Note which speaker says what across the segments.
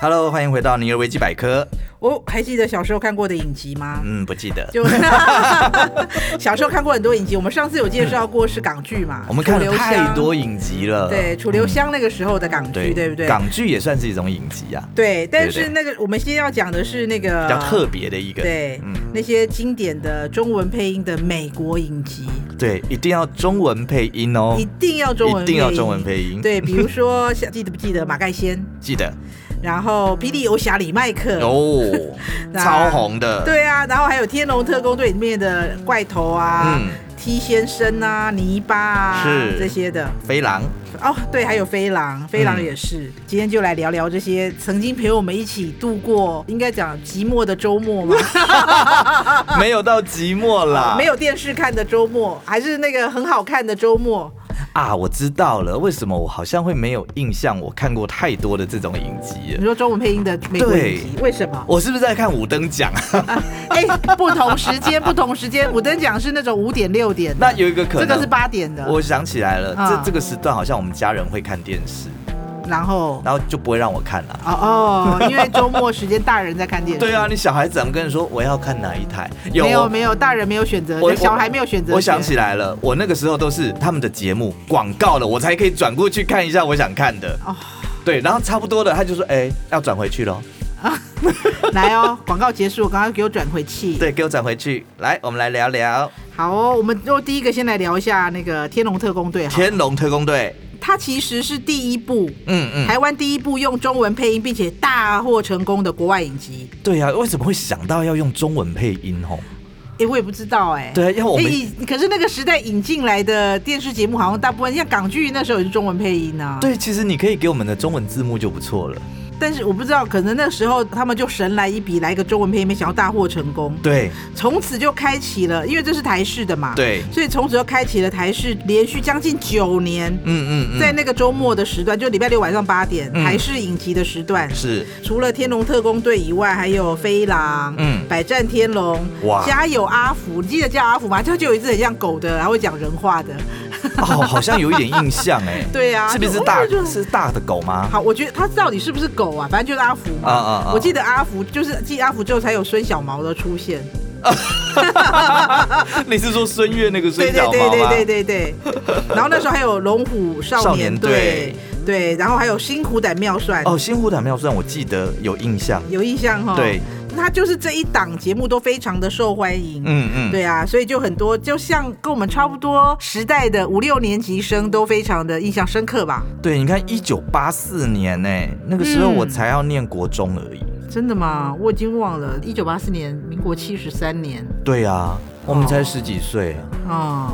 Speaker 1: Hello，欢迎回到尼尔维基百科。
Speaker 2: 我还记得小时候看过的影集吗？
Speaker 1: 嗯，不记得。
Speaker 2: 就 小时候看过很多影集，我们上次有介绍过是港剧嘛？
Speaker 1: 我们看
Speaker 2: 楚
Speaker 1: 了
Speaker 2: 留香
Speaker 1: 太多影集了。
Speaker 2: 对楚留香那个时候的港剧，
Speaker 1: 对
Speaker 2: 对不对？
Speaker 1: 港剧也算是一种影集啊，
Speaker 2: 对，但
Speaker 1: 对
Speaker 2: 是那个我们今天要讲的是那个
Speaker 1: 比较特别的一个。
Speaker 2: 啊对，
Speaker 1: 嗯，
Speaker 2: 那些经典的中文配音的美国影集，
Speaker 1: 对，一定要中文配音哦
Speaker 2: 一，定要中文，
Speaker 1: 一定要中文。配音。，
Speaker 2: 对，比如说像记得不记得马盖先，
Speaker 1: 记得
Speaker 2: 然后《霹雳游侠》里麦克，
Speaker 1: 哦，
Speaker 2: 那
Speaker 1: 超红的。，
Speaker 2: 对啊，然后还有《天龙特工队》里面的怪头啊、
Speaker 1: 嗯，
Speaker 2: T 先生啊、泥巴啊
Speaker 1: 是
Speaker 2: 这些的。
Speaker 1: 飞 狼，
Speaker 2: 哦，对，还有飞狼，飞
Speaker 1: 嗯
Speaker 2: 狼也是。今天就来聊聊这些曾经陪我们一起度过，应该讲寂寞的周 末吗？
Speaker 1: 没有到寂寞啦。
Speaker 2: 啊没有电视看的周末，还是那个很好看的周末。
Speaker 1: 啊，我知道了，为什么我好像会没有印象？我看过太多的这种影集
Speaker 2: 你
Speaker 1: 了。
Speaker 2: 说中文配音的美国影集，为什么？
Speaker 1: 我是不是在看五等奖？啊
Speaker 2: 哎、不同时间，不同时间，我跟你讲是那种五点六点
Speaker 1: 那
Speaker 2: 的，
Speaker 1: 有一个可
Speaker 2: 这
Speaker 1: 能，
Speaker 2: 个是八点的，
Speaker 1: 我想起来了，
Speaker 2: 啊
Speaker 1: 这这个时段好像我们家人会看电视，
Speaker 2: 然后
Speaker 1: 然后就不会让我看了。
Speaker 2: 哦哦，因为周末时间大人在看电视，
Speaker 1: 对啊，，你小孩子怎么跟你说我要看哪一台？
Speaker 2: 没有
Speaker 1: 我
Speaker 2: 没有，大人没有选择
Speaker 1: 我，
Speaker 2: 小孩没有选择权，
Speaker 1: 我想起来了，我那个时候都是他们的节目广告了，我才可以转过去看一下我想看的。
Speaker 2: 哦
Speaker 1: 对，然后差不多了，他就说：“哎、要转回 去喽。
Speaker 2: 来哦，广告结束，赶快给我转回”去。
Speaker 1: 对，给我转回去。来，我们来聊聊
Speaker 2: 好哦，我们就第一个先来聊一下那个《天龙特工队》
Speaker 1: 《
Speaker 2: 哈，
Speaker 1: 天龙特工队》。
Speaker 2: 它其实是第一部。
Speaker 1: 嗯嗯，
Speaker 2: 台湾第一部用中文配音并且大获成功的国外影集，
Speaker 1: 对啊，为什么会想到要用中文配音哦？
Speaker 2: 哎、我也不知道哎、
Speaker 1: 对啊，因为我
Speaker 2: 哎、
Speaker 1: 们、
Speaker 2: 可是那个时代引进来的电视节目，好像大部分像港剧那时候也是中文配音啊。，
Speaker 1: 对，其实你可以给我们的中文字幕就不错了。
Speaker 2: 但是我不知道，可能那时候他们就神来一笔，来一个中文配音，没想到大获成功，
Speaker 1: 对
Speaker 2: 从此就开启了，因为这是台视的嘛，，
Speaker 1: 对，
Speaker 2: 所以从此就开启了台视连续将近九年，
Speaker 1: 嗯嗯嗯，
Speaker 2: 在那个周末的时段，就礼拜六晚上八点，
Speaker 1: 嗯
Speaker 2: 台视影集的时段。
Speaker 1: 是
Speaker 2: 除了《天龙特工队》以外，还有《飞狼》、
Speaker 1: 嗯
Speaker 2: 《百战天龙》、
Speaker 1: 哇
Speaker 2: 《家有阿福》，你记得叫阿福吗？就就有一只很像狗的，然后会讲人话的。，
Speaker 1: 哦，好像有一点印象哎
Speaker 2: 对啊，
Speaker 1: 是不是
Speaker 2: 就
Speaker 1: 大
Speaker 2: 哦就
Speaker 1: 就是大的狗吗？
Speaker 2: 好，我觉得他到底是不是狗啊？反正就是阿福嘛。
Speaker 1: 啊啊啊
Speaker 2: 我记得阿福就是继阿福之后才有孙小毛的出现。
Speaker 1: 你是说孙悦那个
Speaker 2: 对
Speaker 1: 孙
Speaker 2: 对
Speaker 1: 小
Speaker 2: 对
Speaker 1: 毛吗？
Speaker 2: 对对对对。 然后那时候还有龙虎少
Speaker 1: 少
Speaker 2: 年
Speaker 1: 年
Speaker 2: 队
Speaker 1: 队，
Speaker 2: 对，然后还有新虎胆妙算。
Speaker 1: 哦，新虎胆妙算我记得有印象。
Speaker 2: 有印象哈，
Speaker 1: 对，
Speaker 2: 他就是这一档节目都非常的受欢迎，
Speaker 1: 嗯嗯，
Speaker 2: 对啊，所以就很多，就像跟我们差不多时代的五六年级生都非常的印象深刻吧？
Speaker 1: 对，你看一九八四年呢、那个时候
Speaker 2: 嗯
Speaker 1: 我才要念国中而已。
Speaker 2: 真的吗？我已经忘了，一九八四年，民国七十三年
Speaker 1: 对啊，我们才十几岁啊，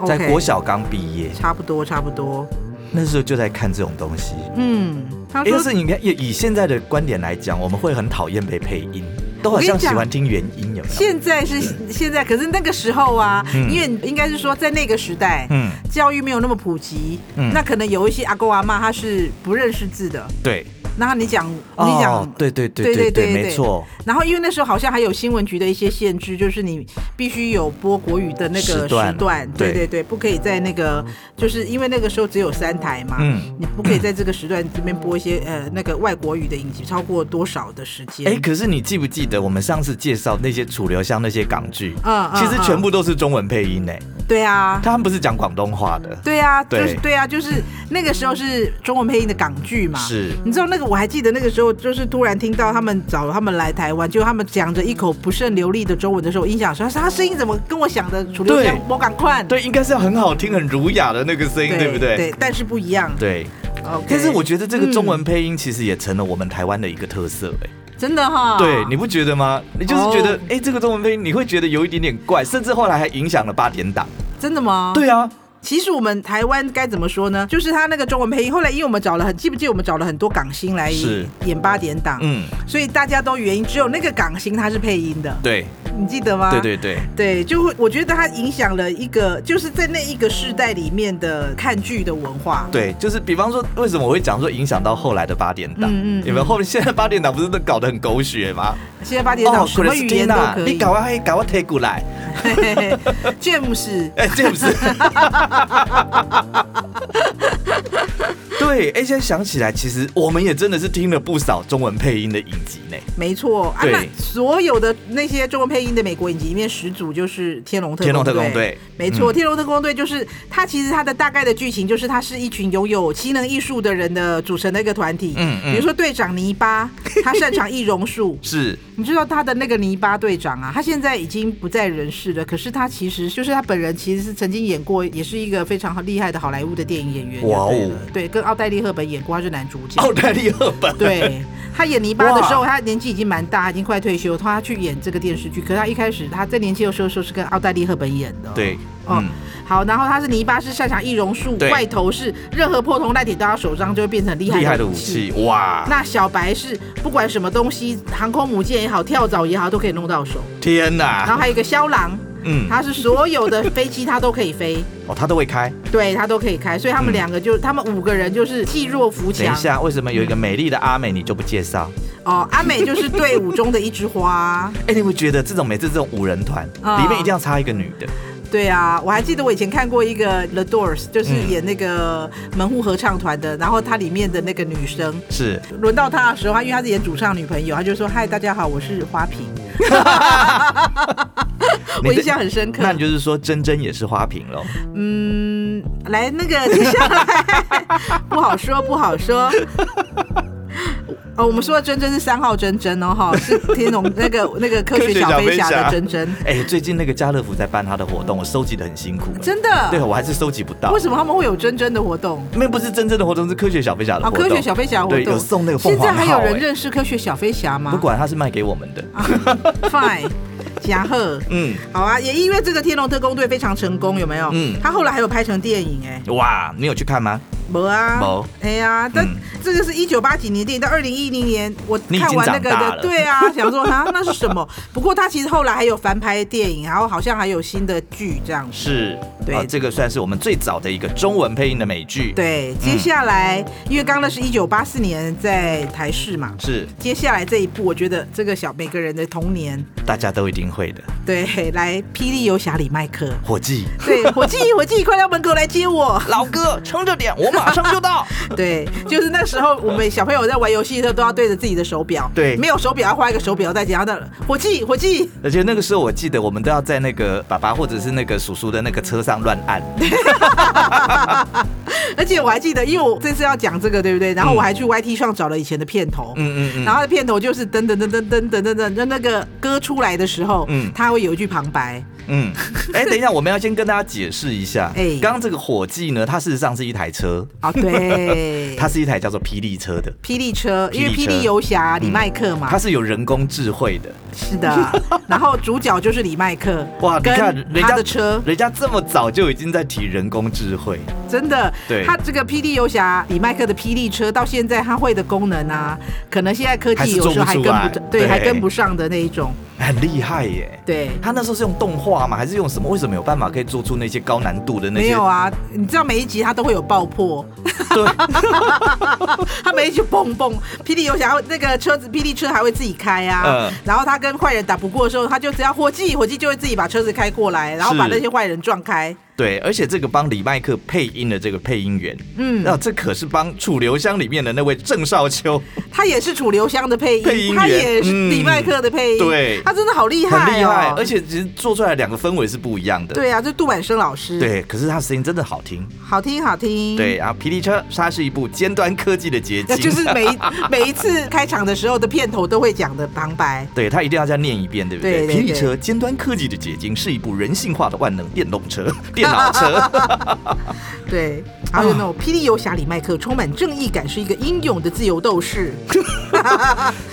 Speaker 2: 哦
Speaker 1: 在
Speaker 2: OK，
Speaker 1: 国小刚毕业，
Speaker 2: 差不多差不多，
Speaker 1: 那时候就在看这种东西。
Speaker 2: 嗯，他
Speaker 1: 哎
Speaker 2: 说
Speaker 1: 但是你看，以以现在的观点来讲，我们会很讨厌被配音，都好
Speaker 2: 我跟
Speaker 1: 像
Speaker 2: 你
Speaker 1: 喜
Speaker 2: 讲
Speaker 1: 欢听原音，有没有？
Speaker 2: 现在是现在，可是那个时候啊，
Speaker 1: 嗯
Speaker 2: 因为应该是说在那个时代。
Speaker 1: 嗯，
Speaker 2: 教育没有那么普及，
Speaker 1: 嗯
Speaker 2: 那可能有一些阿公阿妈他是不认识字的，
Speaker 1: 对，
Speaker 2: 那你讲，你讲、
Speaker 1: 哦，对对对
Speaker 2: 对对
Speaker 1: 对对，
Speaker 2: 对对
Speaker 1: 没错，
Speaker 2: 然后因为那时候好像还有新闻局的一些限制，就是你必须有播国语的那个
Speaker 1: 时段
Speaker 2: 时段，对
Speaker 1: 对
Speaker 2: 对对，不可以在那个，就是因为那个时候只有三台嘛，
Speaker 1: 嗯。
Speaker 2: 你不可以在这个时段这边播一些呃那个外国语的影集，超过多少的时间？
Speaker 1: 哎、可是你记不记得我们上次介绍那些楚留香那些港剧？
Speaker 2: 嗯嗯
Speaker 1: 其实全部都是中文配音呢、
Speaker 2: 对啊。
Speaker 1: 他们不是讲广东话的。
Speaker 2: 对啊，就
Speaker 1: 对
Speaker 2: 是对啊，就是那个时候是中文配音的港剧嘛。
Speaker 1: 是
Speaker 2: 你知道那个我还记得那个时候，就是突然听到他们找他们来台湾，就他们讲着一口不甚流利的中文的时候，我印象说他声音怎么跟我想的楚留香
Speaker 1: 对
Speaker 2: 我赶快，
Speaker 1: 对，应该是要很好听、很儒雅的那个声音，对不对？
Speaker 2: 对，但是不一样。
Speaker 1: 对
Speaker 2: OK
Speaker 1: 但是我觉得这个中文配音其实也成了我们台湾的一个特色、哎、
Speaker 2: 真的哈，
Speaker 1: 对，你不觉得吗？你就是觉得，哎
Speaker 2: 嗯哦、
Speaker 1: 这个中文配音你会觉得有一点点怪，甚至后来还影响了八点档。
Speaker 2: 真的吗？，
Speaker 1: 对啊，
Speaker 2: 其实我们台湾该怎么说呢？就是他那个中文配音，后来因为我们找了很，记不记得我们找了很多港星来
Speaker 1: 是
Speaker 2: 演八点档，
Speaker 1: 嗯，
Speaker 2: 所以大家都原因只有那个港星他是配音的，
Speaker 1: 对，
Speaker 2: 你记得吗？
Speaker 1: 对对对，
Speaker 2: 对，就会我觉得他影响了一个，就是在那一个世代里面的看剧的文化。
Speaker 1: 对，就是比方说，为什么我会讲说影响到后来的八点档？
Speaker 2: 嗯嗯嗯
Speaker 1: 你们后面现在八点档不是都搞得很狗血吗？哦
Speaker 2: 现在八点档什么语言都
Speaker 1: Christina，
Speaker 2: 可以
Speaker 1: 你。 搞啊，搞我推过来，
Speaker 2: 詹姆斯，
Speaker 1: 哎，这不是？ 对，哎，现在想起来，其实我们也真的是听了不少中文配音的影集呢，
Speaker 2: 没错，啊，
Speaker 1: 对
Speaker 2: 那所有的那些中文配音的美国影集里面，始祖就是《天龙特
Speaker 1: 天龙特
Speaker 2: 工
Speaker 1: 工队嗯
Speaker 2: 没错，天龙特工队》就是它，其实它的大概的剧情就是，它是一群拥有奇能艺术的人的组成的一个团体。
Speaker 1: 嗯嗯。
Speaker 2: 比如说队长泥巴，他擅长易容术
Speaker 1: 是
Speaker 2: 你知道他的那个泥巴队长啊，他现在已经不在人世了，可是他其实就是他本人，其实是曾经演过，也是一个非常厉害的好莱坞的电影演员。
Speaker 1: 哇哦哦
Speaker 2: 就对了对，跟奥黛丽·赫本演过，他是男主角。
Speaker 1: 奥黛丽·赫本，，
Speaker 2: 对他演泥巴的时候，他年纪已经蛮大，已经快退休。他去演这个电视剧，可是他一开始他在年轻的时候时候是跟奥黛丽·赫本演的、哦。
Speaker 1: 对，
Speaker 2: 哦
Speaker 1: 嗯，
Speaker 2: 好，然后他是泥巴，是擅长易容术，
Speaker 1: 对
Speaker 2: 怪头是任何破铜烂铁到他手上就会变成厉害
Speaker 1: 厉害的
Speaker 2: 的
Speaker 1: 武器，。哇，
Speaker 2: 那小白是不管什么东西，航空母舰也好，跳蚤也好，都可以弄到手。
Speaker 1: 天
Speaker 2: 然后
Speaker 1: 哪，
Speaker 2: 还有一个肖郎，
Speaker 1: 啊嗯，
Speaker 2: 他是所有的飞机他都可 以飞，
Speaker 1: 哦，他都会开。
Speaker 2: 对他都可以开，所以他
Speaker 1: 嗯
Speaker 2: 们两个就、他们五个人就是技弱扶
Speaker 1: 等一
Speaker 2: 强。
Speaker 1: 下，为什么有一个美丽的阿美你就不介绍？
Speaker 2: 哦，阿美就是队伍中的一枝花。
Speaker 1: 哎，你会觉得这种每次这种五人团
Speaker 2: 啊
Speaker 1: 里面一定要插一个女的，
Speaker 2: 对啊，我还记得我以前看过一个 The Doors，就是演那个门户合唱团的，然后它里面的那个女生，
Speaker 1: 是
Speaker 2: 轮到她的时候，她因为她是演主唱女朋友，她就说：“嗨，大家好，我是花瓶。
Speaker 1: 你”的
Speaker 2: 我印象很深刻
Speaker 1: 那。你就是说珍珍也是花瓶喽？
Speaker 2: 嗯，来那个接下来不好说，不好说。哦，我们说的珍珍是三号珍珍哦，哈，是天龙那个 那个科学小飞侠的珍珍，
Speaker 1: 哎、最近那个家乐福在办他的活动，我收集的很辛苦。
Speaker 2: 真的。啊
Speaker 1: 对，我还是收集不到
Speaker 2: 为。什么他们会有珍珍的活动？
Speaker 1: 那不是真正的活动，是科学小飞侠的
Speaker 2: 啊，
Speaker 1: 活动。
Speaker 2: 科学小飞侠活
Speaker 1: 对，
Speaker 2: 动
Speaker 1: 有送那个凤
Speaker 2: 现在
Speaker 1: 凰
Speaker 2: 还
Speaker 1: 号、
Speaker 2: 有人
Speaker 1: 哎
Speaker 2: 认识啊科学小飞侠吗？
Speaker 1: 不管他是卖给我们的。
Speaker 2: ，Fine，加贺。
Speaker 1: 嗯，
Speaker 2: 好啊，也因为这个《天龙特工队》非常成功，有没有？
Speaker 1: 嗯
Speaker 2: 他后来还有拍成电影、哎，
Speaker 1: 哇，你有去看吗？
Speaker 2: 没啊，
Speaker 1: 没
Speaker 2: 哎呀，但
Speaker 1: 嗯
Speaker 2: 这个是一九八几年的电影，到二零一零年我
Speaker 1: 你已
Speaker 2: 看
Speaker 1: 经
Speaker 2: 完那个
Speaker 1: 长大
Speaker 2: 的，
Speaker 1: 了
Speaker 2: 对啊， 想说啊，那是什么？不过他其实后来还有翻拍电影，然后好像还有新的剧这样子。
Speaker 1: 是，
Speaker 2: 对
Speaker 1: 啊，这个算是我们最早的一个中文配音的美剧。，
Speaker 2: 对，接下来、因为刚刚那是一九八四年在台视嘛，
Speaker 1: 是
Speaker 2: 接下来这一部，我觉得这个小每个人的童年，
Speaker 1: 大家都一定会的。
Speaker 2: 对，来《霹雳游侠》里麦克，
Speaker 1: 伙计，
Speaker 2: 对，伙计，伙计，快到门口来接我。
Speaker 1: 老哥，撑着点，我马上就到。
Speaker 2: 对，就是那时候我们小朋友在玩游戏的时候，都要对着自己的手表，
Speaker 1: 对
Speaker 2: 没有手表要画一个手表在然后的 伙计，伙计，
Speaker 1: 而且那个时候，我记得我们都要在那个爸爸或者是那个叔叔的那个车上乱按。
Speaker 2: 而且我还记得，因为我这次要讲这个，对不对？然后我还去 YT 上找了以前的片头，
Speaker 1: 嗯嗯嗯，
Speaker 2: 然后它的片头就是噔噔噔噔噔噔噔噔，就那个歌出来的时候，
Speaker 1: 嗯
Speaker 2: 它会有一句旁白，
Speaker 1: 嗯， 哎，等一下，我们要先跟大家解释一下，
Speaker 2: 哎
Speaker 1: 刚刚这个火计呢，它事实上是一台车，
Speaker 2: 哦，对，
Speaker 1: 它是一台叫做霹雳车的，
Speaker 2: 霹雳车，因为
Speaker 1: 霹雳
Speaker 2: 霹
Speaker 1: 车嗯
Speaker 2: 雳游侠李麦克嘛，
Speaker 1: 它是有人工智慧的。
Speaker 2: 是的，然后主角就是李麦克，
Speaker 1: 哇，你
Speaker 2: 跟
Speaker 1: 看人
Speaker 2: 他
Speaker 1: 家
Speaker 2: 的车，
Speaker 1: 人家这么早就已经在提人工智慧，
Speaker 2: 真的，
Speaker 1: 对
Speaker 2: 他这个霹雳游侠李麦克的霹雳车到现在他会的功能啊，可能现在科
Speaker 1: 还是
Speaker 2: 技有时候还跟
Speaker 1: 做不
Speaker 2: 不
Speaker 1: 出来
Speaker 2: 对，
Speaker 1: 对
Speaker 2: 还跟不上的那一种，
Speaker 1: 很厉害耶。
Speaker 2: 对。
Speaker 1: 他那时候是用动画吗？还是用什么？为什么有办法可以做出那些高难度的那些？
Speaker 2: 没有啊，你知道每一集他都会有爆破，
Speaker 1: 对，
Speaker 2: 他每一集蹦蹦，霹雳游侠那个车子，霹雳车还会自己开啊。
Speaker 1: 嗯
Speaker 2: 然后他跟坏人打不过的时候，他就只要火计，火计就会自己把车子开过来，然后
Speaker 1: 是
Speaker 2: 把那些坏人撞开。
Speaker 1: 对，而且这个帮李麦克配音的这个配音员，
Speaker 2: 嗯
Speaker 1: 那、这可是帮《楚留香》里面的那位郑少秋，
Speaker 2: 他也是楚留香的配音，
Speaker 1: 配音员
Speaker 2: 他也是李麦克的配音，
Speaker 1: 嗯对
Speaker 2: 他真的好厉害、哦，
Speaker 1: 很厉害，而且其实做出来两个氛围是不一样的。
Speaker 2: 对啊，这杜婉生老师，，
Speaker 1: 对，可是他声音真的好听。
Speaker 2: 好听好听，
Speaker 1: 对，。然后《霹雳车》它是一部尖端科技的结晶，
Speaker 2: 就是 每一每一次开场的时候的片头都会讲的旁白，
Speaker 1: 对他一定要再念一遍，对不对？
Speaker 2: 对对
Speaker 1: 霹雳车尖端科技的结晶是一部人性化的万能电动车、电脑车。
Speaker 2: 对，还有那种霹雳游侠里麦克充满正义感，是一个英勇的自由斗士，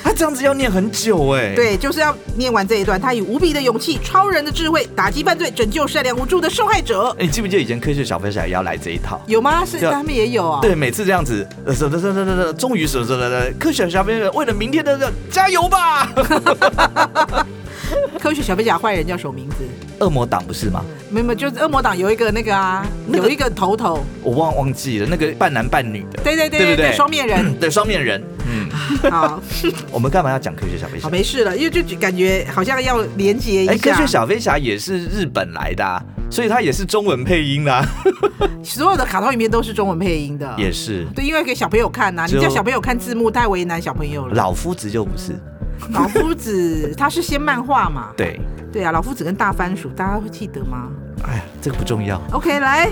Speaker 1: 他这样子要念很久哎、，
Speaker 2: 对，就是要念完这一段，他以无比的勇气、超人的智慧，打击犯罪，拯救善良无助的受害者，
Speaker 1: 你记不记得以前科学小飞侠也要来这一套？
Speaker 2: 有吗？是
Speaker 1: 对
Speaker 2: 他们也有啊、
Speaker 1: 对，每次这样子，呃，什么什么什么什么，终于什么什么什么，科学小飞侠为了明天的加油吧！
Speaker 2: 科学小飞侠坏人叫什么名字？
Speaker 1: 恶魔党不是吗？
Speaker 2: 没有没有，就是恶魔党有一个那个啊，
Speaker 1: 那个
Speaker 2: 有一个头头，
Speaker 1: 我忘忘记了，那个半男半女的，
Speaker 2: 对对
Speaker 1: 对
Speaker 2: 对对
Speaker 1: 不对
Speaker 2: 对，双面 人，
Speaker 1: 对双面人。嗯，
Speaker 2: 好，
Speaker 1: 我们干嘛要讲科学小飞侠哎
Speaker 2: 好，？没事了，因为就感觉好像要连接一下。
Speaker 1: 哎，科学小飞侠也是日本来的、啊，所以它也是中文配音啊啦、
Speaker 2: 所有的卡通影片都是中文配音的，
Speaker 1: 也是。
Speaker 2: 对，因为给小朋友看呐、你
Speaker 1: 就
Speaker 2: 叫小朋友看字幕太为难小朋友了。
Speaker 1: 老夫子就不是，
Speaker 2: 老夫子他是先漫画嘛，
Speaker 1: 对，
Speaker 2: 对啊，老夫子跟大番薯，大家会记得吗
Speaker 1: 哎呀，这个不重要。
Speaker 2: ？OK，来，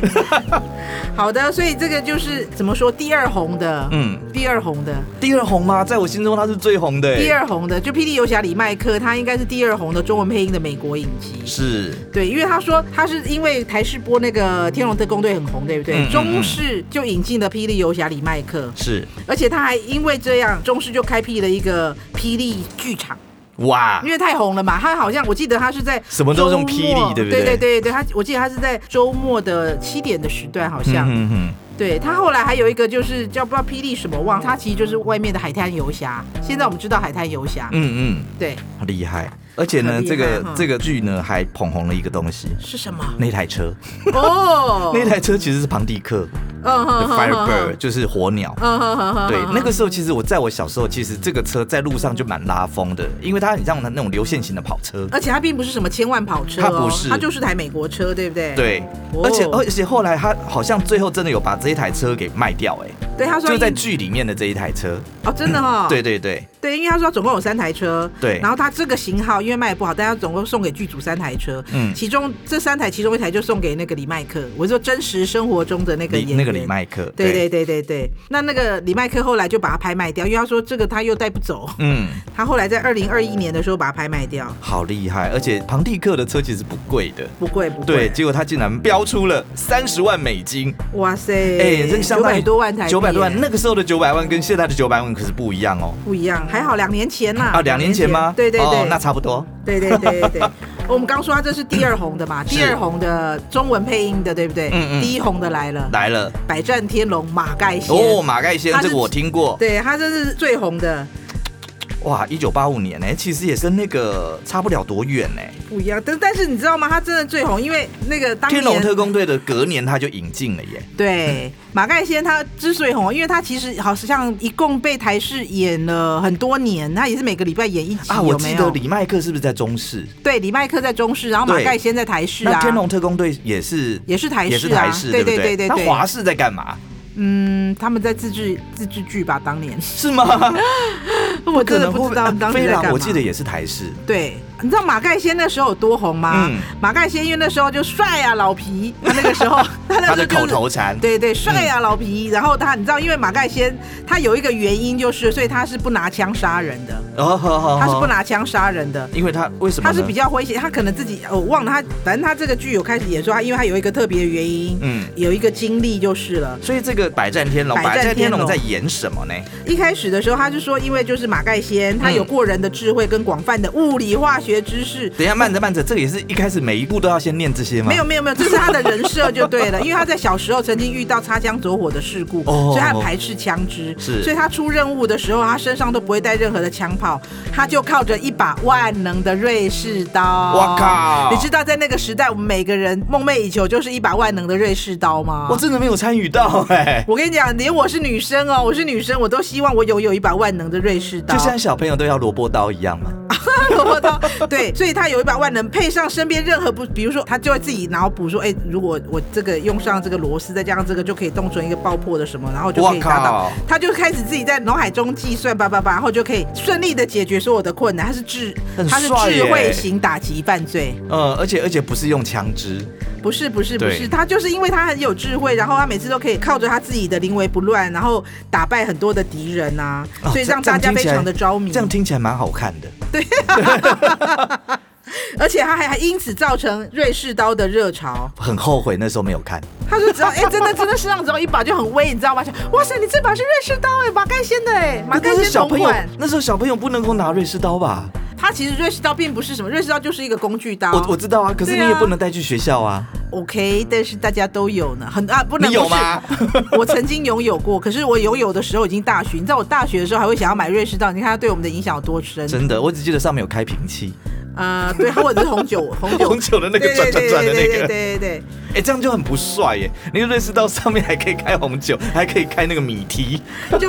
Speaker 2: 好的，所以这个就是怎么说第二红的，
Speaker 1: 嗯，
Speaker 2: 第二红的，
Speaker 1: 第二红吗？在我心中它是最红的、哎
Speaker 2: 第二红的，就《霹雳游侠》里麦克，他应该是第二红的中文配音的美国影集。
Speaker 1: 是
Speaker 2: 对，因为他说他是因为台视播那个《天龙特工队》很红，对不对？
Speaker 1: 嗯嗯嗯
Speaker 2: 中视就引进了《霹雳游侠》里麦克，
Speaker 1: 是，
Speaker 2: 而且他还因为这样，中视就开辟了一个霹雳剧场，
Speaker 1: 哇
Speaker 2: 因，为太红了嘛。他好像我记得他是在
Speaker 1: 什么都用霹雳
Speaker 2: 周末
Speaker 1: 对不
Speaker 2: 对？
Speaker 1: 对
Speaker 2: 对对对，他我记得他是在周末的七点的时段，好像、
Speaker 1: 嗯哼
Speaker 2: 对他后来还有一个就是叫不知道霹雳什么忘，他其实就是外面的海滩游侠。现在我们知道海滩游侠，
Speaker 1: 嗯
Speaker 2: 对
Speaker 1: 嗯，厉害。而且呢，
Speaker 2: 很厉害
Speaker 1: 这个
Speaker 2: 哈
Speaker 1: 这个剧呢还捧红了一个东西，
Speaker 2: 是什么？
Speaker 1: 那台车，，
Speaker 2: 哦
Speaker 1: 那台车其实是庞蒂克
Speaker 2: 嗯
Speaker 1: 的
Speaker 2: 哼
Speaker 1: Firebird，就是火鸟。
Speaker 2: 嗯哼哼哼，
Speaker 1: 对，那
Speaker 2: 个
Speaker 1: 个时 候其实我在我小时候，其实这个车在路上就蛮拉风的，因为它很像那种流线型的跑车。
Speaker 2: 而且它并不是什么千万跑车、哦，
Speaker 1: 它不是
Speaker 2: 它就是台美国车，对不对？
Speaker 1: 对，
Speaker 2: 哦
Speaker 1: 而且而且后来他好像最后真的有把这一台车给卖掉，哎，
Speaker 2: 对，他说
Speaker 1: 就在剧里面的这一台车。
Speaker 2: 哦，真的哈、哦，
Speaker 1: 对对对，
Speaker 2: 对，因为他说总共有三台车，
Speaker 1: 对
Speaker 2: 然后他这个型号因为卖得不好，大家总共送给剧组三台车，
Speaker 1: 嗯
Speaker 2: 其中这三台其中一台就送给那个李麦克，我说真实生活中的那个
Speaker 1: 李
Speaker 2: 演员
Speaker 1: 那个李。麦克，
Speaker 2: 对对，对对对，那那个李麦克后来就把它拍卖掉，因为他说这个他又带不走，
Speaker 1: 嗯，
Speaker 2: 他后来在二零二一年的时候把它拍卖掉，
Speaker 1: 好厉害！而且庞蒂克的车其实不贵的，
Speaker 2: 不贵不
Speaker 1: 对，
Speaker 2: 贵，
Speaker 1: 结果他竟然标出了三十万美金，
Speaker 2: 哇塞，
Speaker 1: 哎，这个相
Speaker 2: 九
Speaker 1: 当于
Speaker 2: 百多万台币耶，
Speaker 1: 九百多万，那个时候的九百万跟现在的九百万可是不一样哦。
Speaker 2: 不一样，还好两年前呐、
Speaker 1: 啊，两年前吗？
Speaker 2: 对对对，
Speaker 1: 哦，那差不多。
Speaker 2: 对对对对 对。我们刚说它这是第二红的嘛，第二红的中文配音的，对不对？
Speaker 1: 嗯嗯
Speaker 2: 第一红的来了，
Speaker 1: 来了，
Speaker 2: 百战天龙马盖先。
Speaker 1: 哦，马盖先
Speaker 2: 他是
Speaker 1: 这个我听过，
Speaker 2: 对，他这是最红的，
Speaker 1: 哇，一九八五年哎、其实也跟那个差不了多远哎、
Speaker 2: 不一样。但但是你知道吗？他真的最红，因为那个当
Speaker 1: 天
Speaker 2: 年
Speaker 1: 龙特工队的隔年他就引进了耶，
Speaker 2: 对马盖先他之所以红，因为他其实好像一共被台视演了很多年，他也是每个礼拜演一集，
Speaker 1: 啊，我
Speaker 2: 有没
Speaker 1: 记
Speaker 2: 有
Speaker 1: 得李麦克是不是在中视？
Speaker 2: 对李麦克在中视，然后马
Speaker 1: 对
Speaker 2: 盖先在台视啊
Speaker 1: 那。天龙特工队也是
Speaker 2: 也是台视啊
Speaker 1: 也是台视，
Speaker 2: 对
Speaker 1: 不
Speaker 2: 对对对
Speaker 1: 那
Speaker 2: 对
Speaker 1: 华视在干嘛？
Speaker 2: 嗯，他们在自制自制剧吧，当年
Speaker 1: 是吗？
Speaker 2: 我
Speaker 1: 可
Speaker 2: 真的
Speaker 1: 能
Speaker 2: 不知道
Speaker 1: 会啊
Speaker 2: 当时
Speaker 1: 飞
Speaker 2: 在干嘛。
Speaker 1: 狼，我记得也是台视，
Speaker 2: 对，你知道马盖先那时候有多红吗？
Speaker 1: 嗯
Speaker 2: 马盖先因为那时候就帅啊老皮，他那个时候他
Speaker 1: 他
Speaker 2: 那时候
Speaker 1: 的
Speaker 2: 就是
Speaker 1: 口头禅。
Speaker 2: 对对帅啊老皮，然后他你知道，因为马盖先他有一个原因就是，所以他是不拿枪杀人的，
Speaker 1: 哦，好好好，
Speaker 2: 他是不拿枪杀人的。
Speaker 1: 因为他为什么
Speaker 2: 他
Speaker 1: 呢？
Speaker 2: 是比较诙谐，他可能自己哦、我忘了他，反正他这个剧有开始演说他，因为他有一个特别的原因，
Speaker 1: 嗯
Speaker 2: 有一个经历就是了。
Speaker 1: 所以这个百战天龙，
Speaker 2: 百
Speaker 1: 百
Speaker 2: 战
Speaker 1: 战
Speaker 2: 天
Speaker 1: 天
Speaker 2: 龙
Speaker 1: 龙在演什么呢？
Speaker 2: 一开始的时候，他是说，因为就是马盖先，他有
Speaker 1: 嗯
Speaker 2: 过人的智慧跟广泛的物理化学知识。
Speaker 1: 等一下，慢着慢着，这个也是一开始每一步都要先念这些吗？
Speaker 2: 没有没有没有，这是他的人设就对了，因为他在小时候曾经遇到擦枪走火的事故，
Speaker 1: 哦
Speaker 2: 所以他很排斥枪支，
Speaker 1: 是
Speaker 2: 所以他出任务的时候，他身上都不会带任何的枪炮，他就靠着一把万能的瑞士刀。
Speaker 1: 哇靠
Speaker 2: 你知道在那个时代，我们每个人梦寐以求就是一把万能的瑞士刀吗？
Speaker 1: 我真 的没有参与到哎、
Speaker 2: 我跟你讲，连我是女生哦，我是女生，我都希望我拥有一把万能的瑞士刀。
Speaker 1: 就像小朋友都要萝卜刀一样嘛。
Speaker 2: 萝卜刀， 对，所以他有一把万能，配上身边任何不，比如说他就会自己脑补说，哎、如果我这个用上这个螺丝，再加上这个，就可以冻成一个爆破的什么，然后就可以达到
Speaker 1: 哇靠。
Speaker 2: 他就开始自己在脑海中计算，叭叭叭，然后就可以顺利的解决所有的困难。他是智，
Speaker 1: 很
Speaker 2: 他是
Speaker 1: 帅
Speaker 2: 智
Speaker 1: 耶
Speaker 2: 慧型打击犯罪，
Speaker 1: 呃，而且而且不是用枪支，
Speaker 2: 不是不是不
Speaker 1: 对
Speaker 2: 是，他就是因为他很有智慧，然后他每次都可以靠着他自己的临危不乱，然后打败很多的敌人啊，
Speaker 1: 哦
Speaker 2: 所以
Speaker 1: 这
Speaker 2: 让大
Speaker 1: 这
Speaker 2: 家
Speaker 1: 样
Speaker 2: 非
Speaker 1: 听起来
Speaker 2: 常的着迷。
Speaker 1: 这样听起来蛮好看的。
Speaker 2: 啊而且他还还因此造成瑞士刀的热潮。
Speaker 1: 很后悔那时候没有看。
Speaker 2: 他说只要哎、真的真的身上只要一把就很威，你知道吗？想哇塞，你这把是瑞士刀哎、马盖先的哎、马盖
Speaker 1: 啊但是
Speaker 2: 先
Speaker 1: 小
Speaker 2: 同
Speaker 1: 朋友
Speaker 2: 款。
Speaker 1: 那时候小朋友不能够拿瑞士刀吧？
Speaker 2: 他其实瑞士刀并不是什么，瑞士刀就是一个工具刀。
Speaker 1: 我我知道啊，可是
Speaker 2: 对啊
Speaker 1: 你也不能带去学校啊。
Speaker 2: OK，但是大家都有呢，很啊不能
Speaker 1: 你有
Speaker 2: 不是
Speaker 1: 吗
Speaker 2: 我曾经拥有过，可是我拥有的时候已经大学，你知道我大学的时候还会想要买瑞士刀，你看它对我们的影响有多 深。
Speaker 1: 真的，我只记得上面有开瓶器，
Speaker 2: 呃，对，或者是红酒，红酒
Speaker 1: 红酒的那个转转转的那
Speaker 2: 对对对
Speaker 1: 个，
Speaker 2: 对对对
Speaker 1: 哎，这样就很不帅耶！你瑞士到上面还可以开红酒，还可以开那个米提，
Speaker 2: 对对，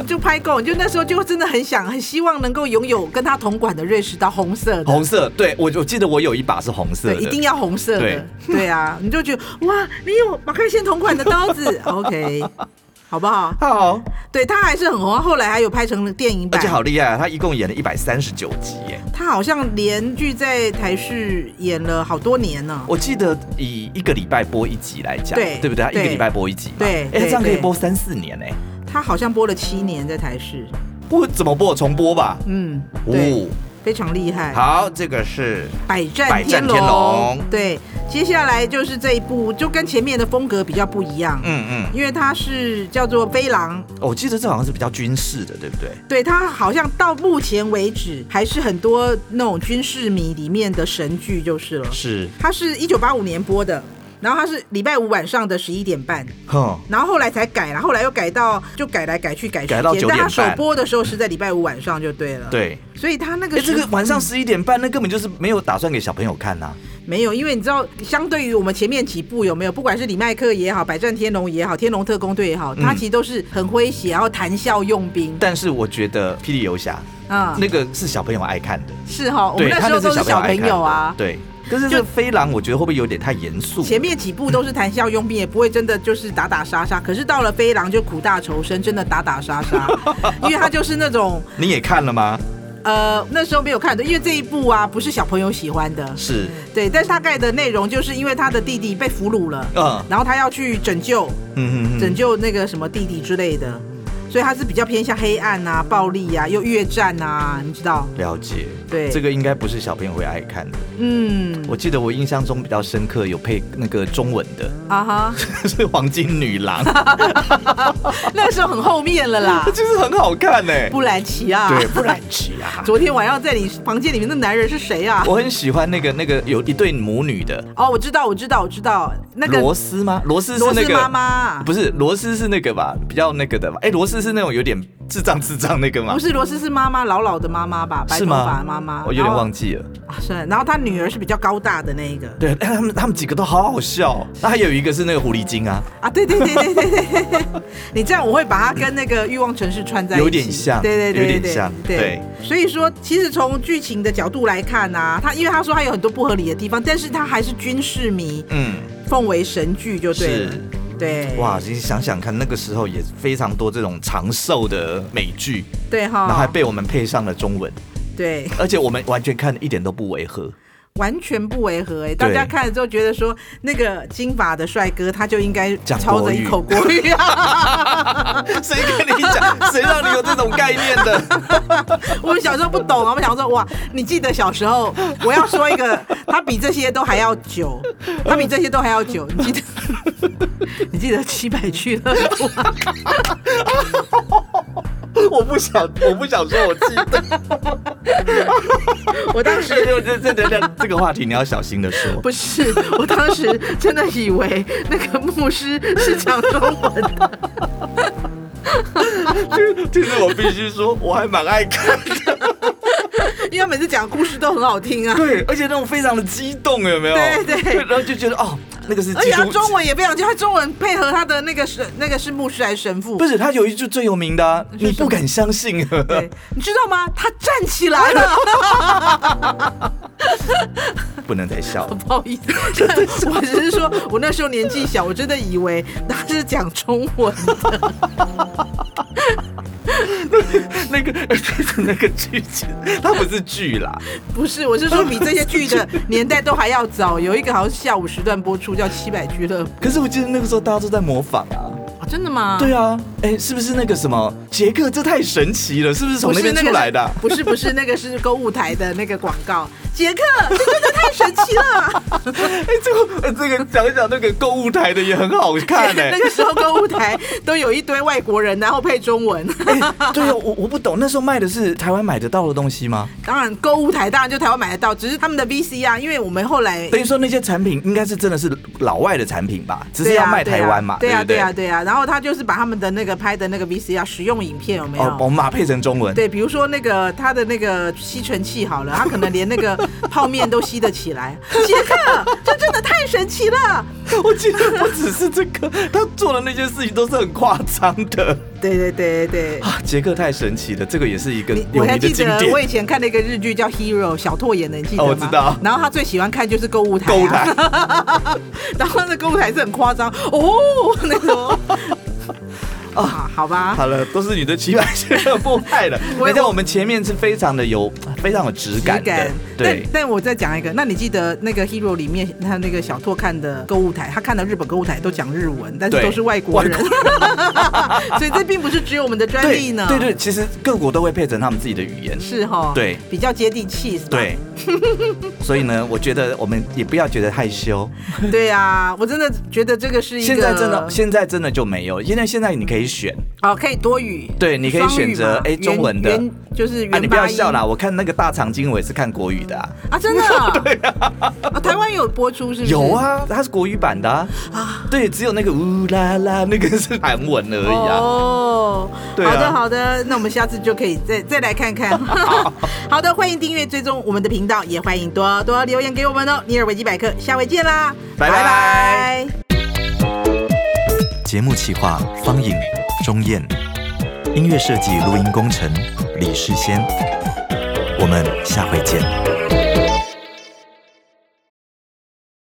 Speaker 2: 就 就拍够，就那时候就真的很想，很希望能够拥有跟他同款的瑞士刀，红色的。
Speaker 1: 红色。对我我记得我有一把是红色
Speaker 2: 对，
Speaker 1: 的，
Speaker 2: 一定要红色的，
Speaker 1: 对
Speaker 2: 对啊，你就觉得哇，你有马克线同款的 刀子，OK，好不好？
Speaker 1: 好，
Speaker 2: 对他还是很红，后来还有拍成电影
Speaker 1: 而
Speaker 2: 版
Speaker 1: 且，好厉害，啊，他一共演了一百三十九集耶。
Speaker 2: 他好像连续在台视演了好多年呢。
Speaker 1: 我记得以一个礼拜播一集来讲，
Speaker 2: 对
Speaker 1: 对不对？他一个
Speaker 2: 对
Speaker 1: 礼拜播一集嘛，
Speaker 2: 对
Speaker 1: 哎，
Speaker 2: 对
Speaker 1: 这样可以
Speaker 2: 对
Speaker 1: 播三四年哎。
Speaker 2: 他好像播了七年在台视，
Speaker 1: 不怎么播重播吧？
Speaker 2: 嗯，对，哎
Speaker 1: 哦，
Speaker 2: 非常厉害。
Speaker 1: 好，这个是
Speaker 2: 百
Speaker 1: 百
Speaker 2: 战
Speaker 1: 战
Speaker 2: 天
Speaker 1: 天龙
Speaker 2: 龙，对，接下来就是这一部，就跟前面的风格比较不一样，
Speaker 1: 嗯嗯、
Speaker 2: 因为它是叫做《飞狼》，
Speaker 1: 哦我记得这好像是比较军事的，对不对？
Speaker 2: 对它好像到目前为止还是很多那种军事迷里面的神剧就是了。
Speaker 1: 是，
Speaker 2: 它是一九八五年播的，然后它是礼拜五晚上的十一点半，
Speaker 1: 哼，
Speaker 2: 然后后来才改啦，后来又改到就改来改去改时
Speaker 1: 改到
Speaker 2: 间，但它
Speaker 1: 9点
Speaker 2: 首
Speaker 1: 半
Speaker 2: 播的时候是在礼拜五晚上就对了。，
Speaker 1: 对。
Speaker 2: 所以它那嗯个
Speaker 1: 哎，这个
Speaker 2: 时
Speaker 1: 晚上十一点半，那根本就是没有打算给小朋友看呐、
Speaker 2: 没有，因为你知道，相对于我们前面几部有没有，不管是李麦克也好，百战天龙也好，天龙特工队也好，它
Speaker 1: 嗯
Speaker 2: 其实都是很诙谐，然后谈笑用兵
Speaker 1: 但是我觉得《霹雳游侠》
Speaker 2: 啊，
Speaker 1: 那个是小朋友爱看的，
Speaker 2: 是哈，我们
Speaker 1: 对，
Speaker 2: 那
Speaker 1: 他
Speaker 2: 时候都是小
Speaker 1: 爱
Speaker 2: 朋
Speaker 1: 看的
Speaker 2: 友啊。
Speaker 1: 对。但是
Speaker 2: 就
Speaker 1: 这飞狼，我觉得会不会有点太严肃？
Speaker 2: 前面几部都是谈笑用兵，也不会真的就是打打杀杀。可是到了飞狼就苦大仇深，真的打打杀 杀，因为他就是那种
Speaker 1: 你也看了吗？
Speaker 2: 呃那时候没有看的，因为这一部啊不是小朋友喜欢的，
Speaker 1: 是，
Speaker 2: 对。但是大概的内容就是因为他的弟弟被俘虏了，
Speaker 1: 嗯
Speaker 2: 然后他要去拯救，
Speaker 1: 嗯嗯
Speaker 2: 拯
Speaker 1: 嗯，
Speaker 2: 救那个什么弟弟之类的，所以他是比较偏向黑暗啊、暴力啊、又越战啊，你知道？
Speaker 1: 了解。
Speaker 2: 对
Speaker 1: 这个应该不是小朋友会爱看的。
Speaker 2: 嗯，
Speaker 1: 我记得我印象中比较深刻，有配那个中文的，
Speaker 2: 啊哈，
Speaker 1: 是黄金女 郎，，
Speaker 2: 那时候很后面了啦
Speaker 1: 就是很好看呢、
Speaker 2: 布兰奇啊，。
Speaker 1: 对，不然奇啊
Speaker 2: 昨天晚上在你房间里面的男人是谁啊？
Speaker 1: 我很喜欢那个那个有一对母女的
Speaker 2: 哦，我知道，我知道，我知道，那个
Speaker 1: 罗斯吗？罗斯是
Speaker 2: 罗
Speaker 1: 那
Speaker 2: 斯
Speaker 1: 个
Speaker 2: 妈妈
Speaker 1: 不是罗斯是那个吧？比较那个的吧？哎、罗斯是那种有点智障智障那个吗
Speaker 2: 不？是罗斯是妈妈，老老的妈妈吧，白
Speaker 1: 是
Speaker 2: 头
Speaker 1: 吗
Speaker 2: 发？妈妈，
Speaker 1: 我有点忘
Speaker 2: 记，
Speaker 1: 记了。
Speaker 2: 啊是，然后他女儿是比较高大的那一个
Speaker 1: 对， 哎他们他们几个都好好笑哦、那还有一个是那个狐狸精啊，
Speaker 2: 啊，对对对对对对对， 你这样我会把它跟那个欲望城市串在一起，
Speaker 1: 有点像
Speaker 2: 对对对对
Speaker 1: 有点像对
Speaker 2: 所以说，其实从剧情的角度来看啊，他因为他说他有很多不合理的地方，但是他还是军事迷，
Speaker 1: 嗯，
Speaker 2: 奉为神剧就对了
Speaker 1: 是，
Speaker 2: 对，
Speaker 1: 哇，你想想看，那个时候也非常多这种长寿的美剧，
Speaker 2: 对
Speaker 1: 然后还
Speaker 2: 哈，
Speaker 1: 被我们配上了中文，
Speaker 2: 对，
Speaker 1: 而且我们完全看一点都不违和。
Speaker 2: 完全不违和哎、大家看了之后觉得说，那个金发的帅哥他就应该
Speaker 1: 讲
Speaker 2: 操
Speaker 1: 国
Speaker 2: 着
Speaker 1: 语
Speaker 2: 一口国语 啊！
Speaker 1: 谁跟你讲？谁让你有这种概念的？
Speaker 2: 我们小时候不懂啊，我们想说哇，你记得小时候，我要说一个，他比这些都还要久，他比这些都还要久，你记得？ 你记得七百去了？
Speaker 1: 我不想，我不想说，我记得。
Speaker 2: 我当时。
Speaker 1: 这这这这这这个话题你要小心的说。
Speaker 2: 不是，我当时真的以为那个牧师是讲中文的，
Speaker 1: 其实我必须说，我还蛮爱看的。
Speaker 2: 因为他每次讲故事都很好听啊。
Speaker 1: 对，而且那种非常的激动，有没有？
Speaker 2: 对对
Speaker 1: 然后就觉得哦，那个是
Speaker 2: 而
Speaker 1: 基
Speaker 2: 且他
Speaker 1: 督。
Speaker 2: 中文也非常强，他中文配合他的那个神，那个是牧师还是神父？
Speaker 1: 不是，他有一句最有名的、啊，
Speaker 2: 是
Speaker 1: 你不敢相信。
Speaker 2: 对，你知道吗？他站起来了，
Speaker 1: 不能再笑了。
Speaker 2: 不好意思，我只是说，我那时候年纪小，我真的以为他是讲中文。
Speaker 1: 那个 那个剧情，它不是剧啦，
Speaker 2: 不是，我是说比这些剧的年代都还要早。有一个好像是下午时段播出，叫《七百俱乐部
Speaker 1: 可是我记得那个时候大家都在模仿啊。》
Speaker 2: 啊，真的吗？
Speaker 1: 对啊，哎、是不是那个什么杰克？这太神奇了，是不是从
Speaker 2: 不
Speaker 1: 那
Speaker 2: 是
Speaker 1: 边
Speaker 2: 个
Speaker 1: 出来的啊、
Speaker 2: 是不是不是，那个是购物台的那个广告。杰克，这真的太神奇 了！
Speaker 1: 哎、这个呃这个讲一讲那个购物台的也很好看哎、
Speaker 2: 那个时候购物台都有一堆外国人，然后配中文。
Speaker 1: 哎对啊，我我不懂，那时候卖的是台湾买得到的东西吗？
Speaker 2: 当然，购物台当然就台湾买得到，只是他们的 VCR，因为我们后来
Speaker 1: 等于说那些产品应该是真的是老外的产品吧，只是要卖台湾嘛，
Speaker 2: 对啊
Speaker 1: 不对？
Speaker 2: 对啊，对啊，对啊。然后他就是把他们的那个拍的那个 VCR 实用影片有没有？
Speaker 1: 哦，我们把它配成中文。
Speaker 2: 啊对，比如说那个他的那个吸尘器好了，他可能连那个 泡面都吸得起来。杰克，这真的太神奇了！
Speaker 1: 我记得不只是这个，他做的那些事情都是很夸张的
Speaker 2: 对对对对。
Speaker 1: 啊！ 杰克太神奇了，这个也是一个
Speaker 2: 你
Speaker 1: 有
Speaker 2: 我
Speaker 1: 名
Speaker 2: 还
Speaker 1: 的
Speaker 2: 记
Speaker 1: 经
Speaker 2: 得我
Speaker 1: 典。
Speaker 2: 以前看了一个日剧叫《Hero》，小拓演的，你记得吗？
Speaker 1: 哦我知道
Speaker 2: 然后他最喜欢看就是购物台、啊。
Speaker 1: 购物台。
Speaker 2: 然后那购物台是很夸张哦，那种。啊，好吧，
Speaker 1: 好了，都是你的棋 牌俱乐部害了。
Speaker 2: 我
Speaker 1: 而且我们前面是非常的有非常有质感的，
Speaker 2: 但
Speaker 1: 对。
Speaker 2: 但我再讲一个，那你记得那个 Hero 里面他那个小拓看的购物台，他看的日本购物台都讲日文，但是
Speaker 1: 对
Speaker 2: 都是外国人， 所以这并不是只有我们的专利
Speaker 1: 对
Speaker 2: 呢。
Speaker 1: 对对，其实各国都会配成他们自己的语言，
Speaker 2: 是哈，
Speaker 1: 对，
Speaker 2: 比较接地气，是吧？
Speaker 1: 对。 所以呢，我觉得我们也不要觉得害羞。
Speaker 2: 对啊，我真的觉得这个是一个
Speaker 1: 现在真的，现在真的就没有，因为现在你可以选，
Speaker 2: 哦，可以多语，
Speaker 1: 对，你可以选择
Speaker 2: 双语嘛
Speaker 1: 哎中文的
Speaker 2: 原原就是原
Speaker 1: 啊，你不要笑
Speaker 2: 了
Speaker 1: 啦，我看那个大长今我也是看国语的啊，
Speaker 2: 啊，真的，对啊，台湾有播出是不是？
Speaker 1: 有啊，它是国语版的啊，对，只有那个呜啦啦那个是韩文而已啊。
Speaker 2: 哦，
Speaker 1: 对啊
Speaker 2: 好的好的，那我们下次就可以再再来 看看。好的，欢迎订阅追踪我们的频道，也欢迎多多留言给我们哦。尼尔维基百科，下回见啦，
Speaker 1: 拜拜
Speaker 3: 节目企划方颖、钟燕，音乐设计、录音工程李世先。我们下回见。
Speaker 2: 拜